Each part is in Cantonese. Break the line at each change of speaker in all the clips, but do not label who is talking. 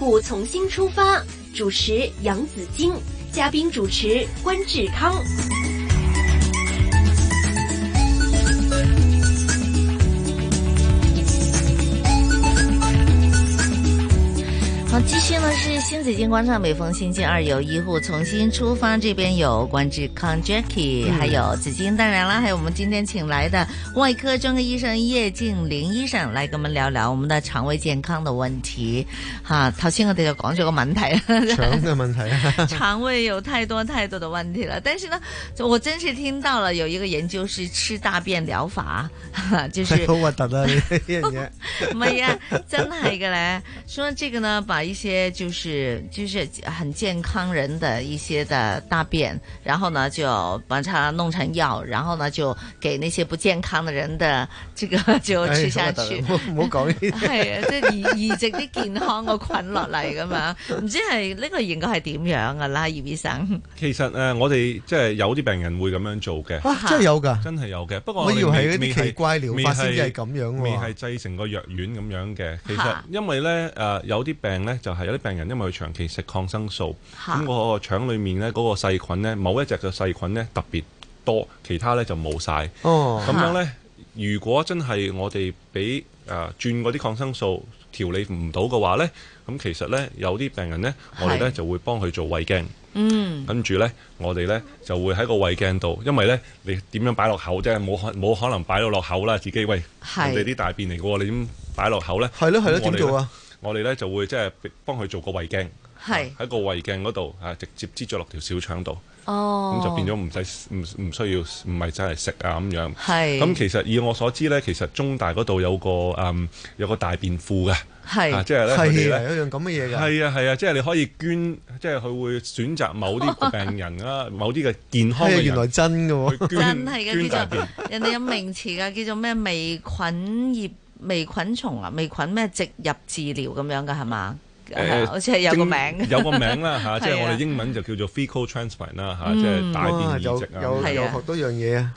物从新出发，主持杨紫晶，嘉宾主持关志康。
好，继续呢是新紫金广场每逢星期二有医护重新出发，这边有关志康 Jackie，、还有紫金，当然啦，还有我们今天请来的外科专科医生叶静玲医生来跟我们聊聊我们的肠胃健康的问题。吓，头先我哋就讲咗个问题啦。
腸嘅問題啊，
肠胃有太多太多的问题了。但是呢，就我真是听到了有一个研究是吃大便疗法，就是
好核突啊！呢樣嘢，
唔系啊，真系嘅咧。说这个呢，把一些就是就是很健康人的一些的大便，然后呢就把它弄成药，然后呢就给那些不健康的人的这个就吃下去
哎。好核突啊唔好唔好講呢啲。
系啊，即系移移植啲健康個菌落嚟咁樣，唔知係呢個研究係點樣噶啦，葉醫生。
其實誒、呃我哋即係有啲病人會咁樣做嘅，
啊真係有㗎，
真係有嘅。不過
我以為
哋
係
未
嗰啲
未係
奇怪療法先至係
未係
咁樣
未
喎
係。製成個藥丸咁樣嘅。其實
嚇
因為咧誒、呃有啲病咧就係、有啲病人因為佢長期食抗生素，
嚇
咁嗰個腸裡面咧嗰、個細菌咧某一隻嘅細菌咧特別多，其他咧就冇晒。
哦，
咁樣呢，如果真係我哋俾誒轉嗰啲抗生素調理唔到嘅話呢，咁其實呢，有啲病人呢，
係
我哋呢就會幫佢做胃鏡，
嗯，
跟住呢，我哋呢就會喺個胃鏡度，因為呢，你點樣擺落口啫，冇可冇可能擺到落口啦，自己喂
係
人哋啲大便嚟嘅喎，你點擺落口呢？
係咯係咯，
咁我哋
點
呢
做啊？？
我哋呢就會即係幫佢做個胃鏡，啊
係
喺個胃鏡嗰度啊，直接擠咗落條小腸度，
哦，
咁就變咗唔使唔唔需要唔係真係食啊咁樣。
係
咁其實以我所知呢，其實中大嗰度有個嗯有個大便庫嘅，啊，
係
即係咧佢
係
哋
啊，
咧。
有樣咁嘅嘢㗎。
係啊係啊，即係你可以捐，即係佢會選擇某啲個病人啊，某啲嘅健康
係啊，
嘅
原來
人
真嘅喎。
去
真
捐
係
捐
嘅，
大
叫做
便。
人哋有名詞噶，叫做咩微菌葉、微菌蟲啊、微菌咩植入治療咁樣噶係嘛？
誒
好似係有個名
有個名 啦嚇，即係
係啊
我哋英文就叫做 fecal transplant 啦嚇，
嗯
即係大
哇，
便移
有
植
有
啊。
係
有
啊
學多樣嘢啊！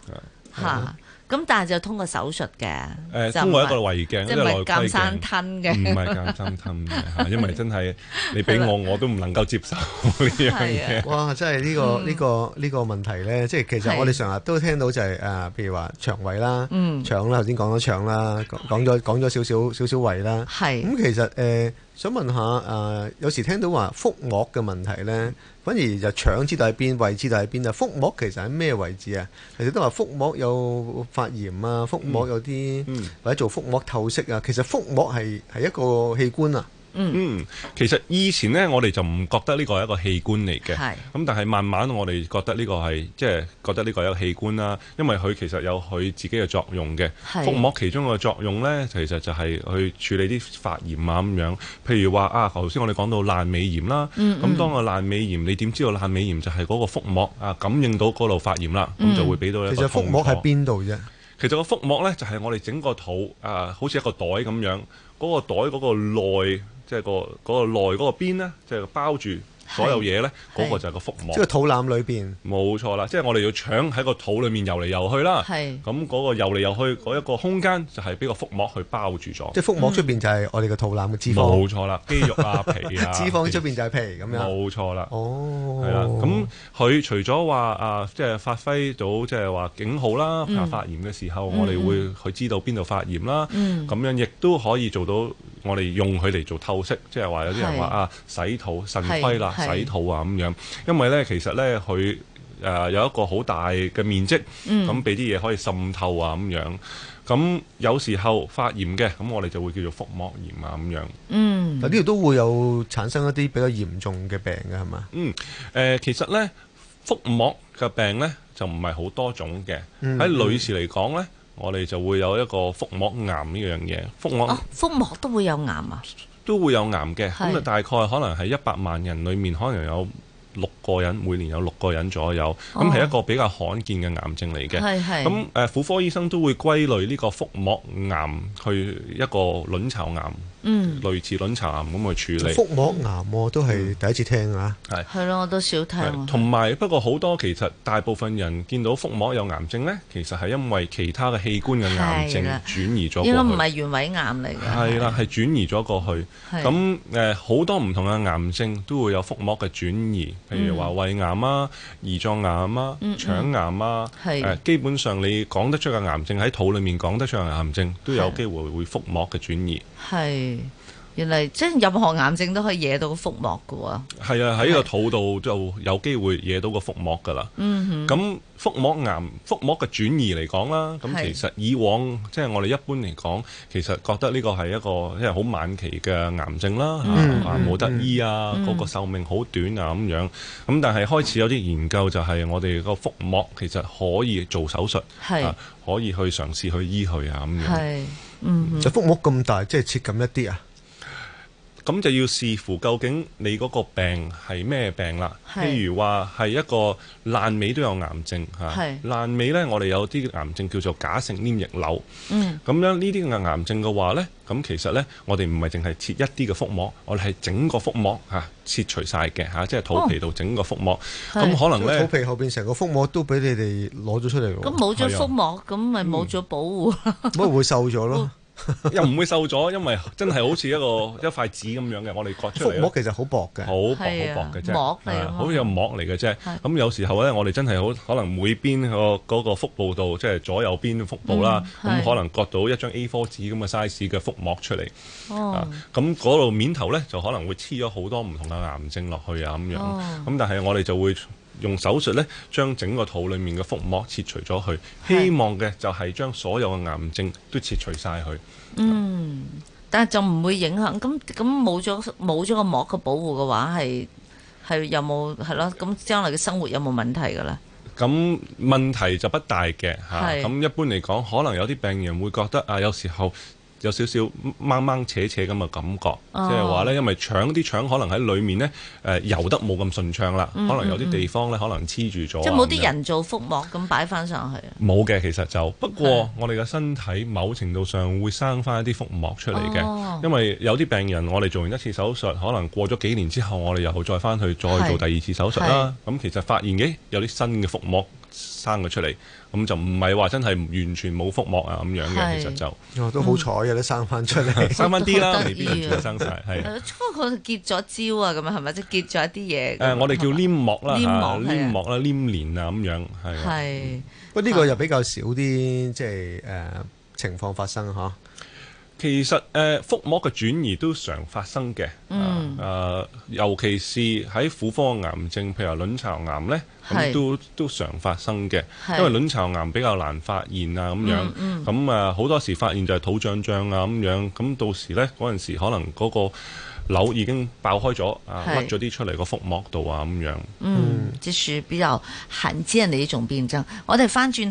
嚇，咁但係就通過手術嘅，
誒，
就
通過一
唔
個
係
胃鏡，
即係
一個
唔
內
係
窺
監生
鏡。
吞
唔
嘅，
係間心吞嘅嚇，因為真係你俾我我都唔能夠接受呢嗯樣
係啊
嘢。
哇！真係呢個呢個呢個問題咧，即係其實
係
我哋成日都聽到就係誒，譬如話腸胃啦、
嗯
腸啦，頭先講咗腸啦，講講咗講咗少少少少胃啦。
係
咁其實誒、呃想問下誒、呃有時聽到話腹膜嘅問題
嗯
咧，反而就腸知道喺邊，胃知道喺邊啊。腹膜其實喺咩位置啊？其實都話腹膜有發炎啊，腹膜有啲、
嗯
或者做腹膜透析啊。其實腹膜係係一個器官啊。
嗯，其實以前呢，我哋就唔覺得呢個係一個器官嚟嘅。
係
咁但係慢慢我哋覺得呢個係即係覺得呢個係一個器官啦，因為佢其實有佢自己嘅作用嘅。
係
腹膜其中嘅作用呢，其實就係去處理啲發炎啊咁樣。譬如話啊，頭先我哋講到爛尾炎啦，咁、
嗯
當個爛尾炎，你點知道爛尾炎就係嗰個腹膜啊感應到嗰度發炎啦，咁、
嗯
就會俾到一
其
個
實
哦
腹
痛
膜喺
楚
邊度啫？
其實個腹膜呢，就係、我哋整個肚啊、好似一個袋咁樣，嗰、個袋嗰個內，即係個嗰個內嗰個邊呢，即係包住所有嘢呢，
係
嗰個就係個腹膜
即係。肚腩裏邊。
冇錯啦，即係我哋要腸喺個肚裡面游嚟游去啦。
係
咁嗰個游嚟游去嗰一個空間就係俾個腹膜去包住咗
即。係腹膜出邊就係我哋嘅肚腩嘅脂肪
冇，錯啦，肌肉 啊、皮啊、
脂肪出邊就係皮咁樣。
冇錯啦。
哦，
係啦，咁佢除咗話啊，即係發揮到即係話警號啦，
嗯
啊發炎嘅時候，我哋會佢知道邊度發炎啦，
嗯
咁樣亦都可以做到我哋用佢嚟做透析，即係話有啲人話
係
啊洗肚腎虧啦，
係係
洗肚啊咁樣，因為咧其實咧佢。誒、有一個好大嘅面積，
嗯
咁俾啲嘢可以滲透啊咁樣，咁有時候發炎嘅，咁我哋就會叫做腹膜炎啊咁樣。
嗯
嗱呢度都會有產生一啲比較嚴重嘅病嘅係嘛？
嗯，誒、其實咧腹膜嘅病咧就唔係好多種嘅。喺、
嗯
女士嚟講咧，我哋就會有一個腹膜癌呢樣嘢，腹膜、
哦，腹膜都會有癌啊，
都會有癌嘅。
係
咁啊，大概可能係一百萬人裡面可能有六個人每年有六個人左右，咁
哦
係一個比較罕見嘅癌症嚟嘅。
係係
咁誒，婦科醫生都會歸類呢個腹膜癌去一個卵巢癌，
嗯，
類似卵巢癌咁去處理。
腹膜癌我都係第一次聽啊，
係咯，我都少聽
係
喎。
同埋不過好多其實大部分人見到腹膜有癌症呢，其實係因為其他嘅器官嘅癌症
係啦
轉移咗
應該唔
過去。
係原位癌嚟嘅。
係啦，係轉移咗過去。
係，
咁誒好多唔同嘅癌症都會有腹膜嘅轉移，譬如話胃癌啊、胰臟癌啊、
嗯
腸癌啊，
係
誒、基本上你講得出嘅癌症喺肚裡面講得出嘅癌症都有
係
機會會腹膜嘅轉移。
係原嚟即係任何癌症都可以惹到腹膜嘅喎。
係啊，喺個肚度就有機會惹到個腹膜㗎啦。
嗯
咁腹膜癌、腹膜嘅轉移嚟講啦，咁
係
其實以往即係我哋一般嚟講，其實覺得呢個係一個即係好晚期嘅癌症啦，
嗯
啊冇得醫啊，
嗯
嗰個壽命好短啊咁樣。咁但係開始有啲研究就係我哋個腹膜其實可以做手術，
哼，係
啊可以去嘗試去醫佢啊咁樣。
係嗯哼
就腹膜咁大，即係切咁一啲啊，
咁就要視乎究竟你嗰個病係咩病啦。
係
譬如話係一個爛尾都有癌症嚇，
係
爛尾呢，我哋有啲癌症叫做假性黏液瘤。
嗯
咁樣呢啲嘅癌症嘅話呢，咁其實呢，我哋唔係淨係切一啲嘅腹膜，我哋係整個腹膜嚇、切除晒嘅嚇，即係肚皮度整個腹膜。咁、
係
可能
肚
呢，
皮後邊成個腹膜都俾你哋攞咗出嚟
哦
咁
喎，
冇咗腹膜，咁咪
啊
冇咗保護。
嗯
咁會瘦咗咯。
又唔會瘦咗，因為真係好似一個一塊紙咁樣嘅，我哋割出
腹
啊
嚟呢
膜其實好薄嘅
好，薄好
係啊
薄嘅啫，
膜嚟㗎
係啊
嘛
好似有膜嚟嘅啫。
係
咁有時候咧，我哋真係好可能每邊個嗰個腹部度，即係左右邊腹部啦，咁、
嗯係
可能割到一張 A4 紙咁嘅 size 嘅腹膜出嚟。啊
哦，
咁嗰度面頭咧就可能會黐咗好多唔同嘅癌症落去啊咁樣。咁、
哦
但係我哋就會用手術咧，將整個肚裡面嘅腹膜切除咗佢，
係
希望嘅就係將所有嘅癌症都切除晒佢。
嗯，但係就唔會影響。咁咁冇咗冇咗個膜嘅保護嘅話，係係有冇係咯？咁將來嘅生活有冇問題㗎啦？
咁問題就不大嘅嚇，
係
咁、一般嚟講，可能有啲病人會覺得啊，有時候有少少掹掹扯扯咁嘅感覺，
哦
即係話呢，因為腸啲腸可能喺裡面呢，誒、游得冇咁順暢啦，可能有啲地方呢，可能黐住咗
嗯
啊，
即係冇
咁
啲
樣
人造腹膜咁擺翻上去啊。
冇嘅，其實就不
係
過我哋嘅身體某程度上會生翻一啲腹膜出嚟嘅，
哦
因為有啲病人我哋做完一次手術，可能過咗幾年之後，我哋又再翻去再
係
做第二次手術啦。咁其實發現嘅有啲新嘅腹膜生咗出嚟，咁就唔係話真係完全冇腹膜啊咁樣
係
嘅，其實就
我都好彩嘅，都生翻出嚟。
生翻啲
好
啦，
得
未必
意啊
完全生晒係。
誒，不過佢結咗焦啊，咁啊係咪？即係結咗一啲嘢。
誒，我哋叫黏膜啦，
黏膜
嚇
係啊
黏膜啦，黏連啊咁樣係啊。
係
不過 呢個又比較少啲，即係誒情況發生嚇。
其實誒、呃腹膜嘅轉移都常發生嘅，
嗯
啊呃尤其是喺婦科癌症，譬如話卵巢癌呢，
係
咁都都常發生嘅，
係嗯
因為卵巢癌比較難發現啊咁樣，咁啊好多時發現就係肚脹脹啊咁樣，咁到時呢，嗰陣時可能嗰個瘤已經爆開咗，啊
係
甩咗啲出嚟個腹膜度啊咁樣。
嗯嗯，即是比較罕見嘅一種病症。我哋翻轉頭。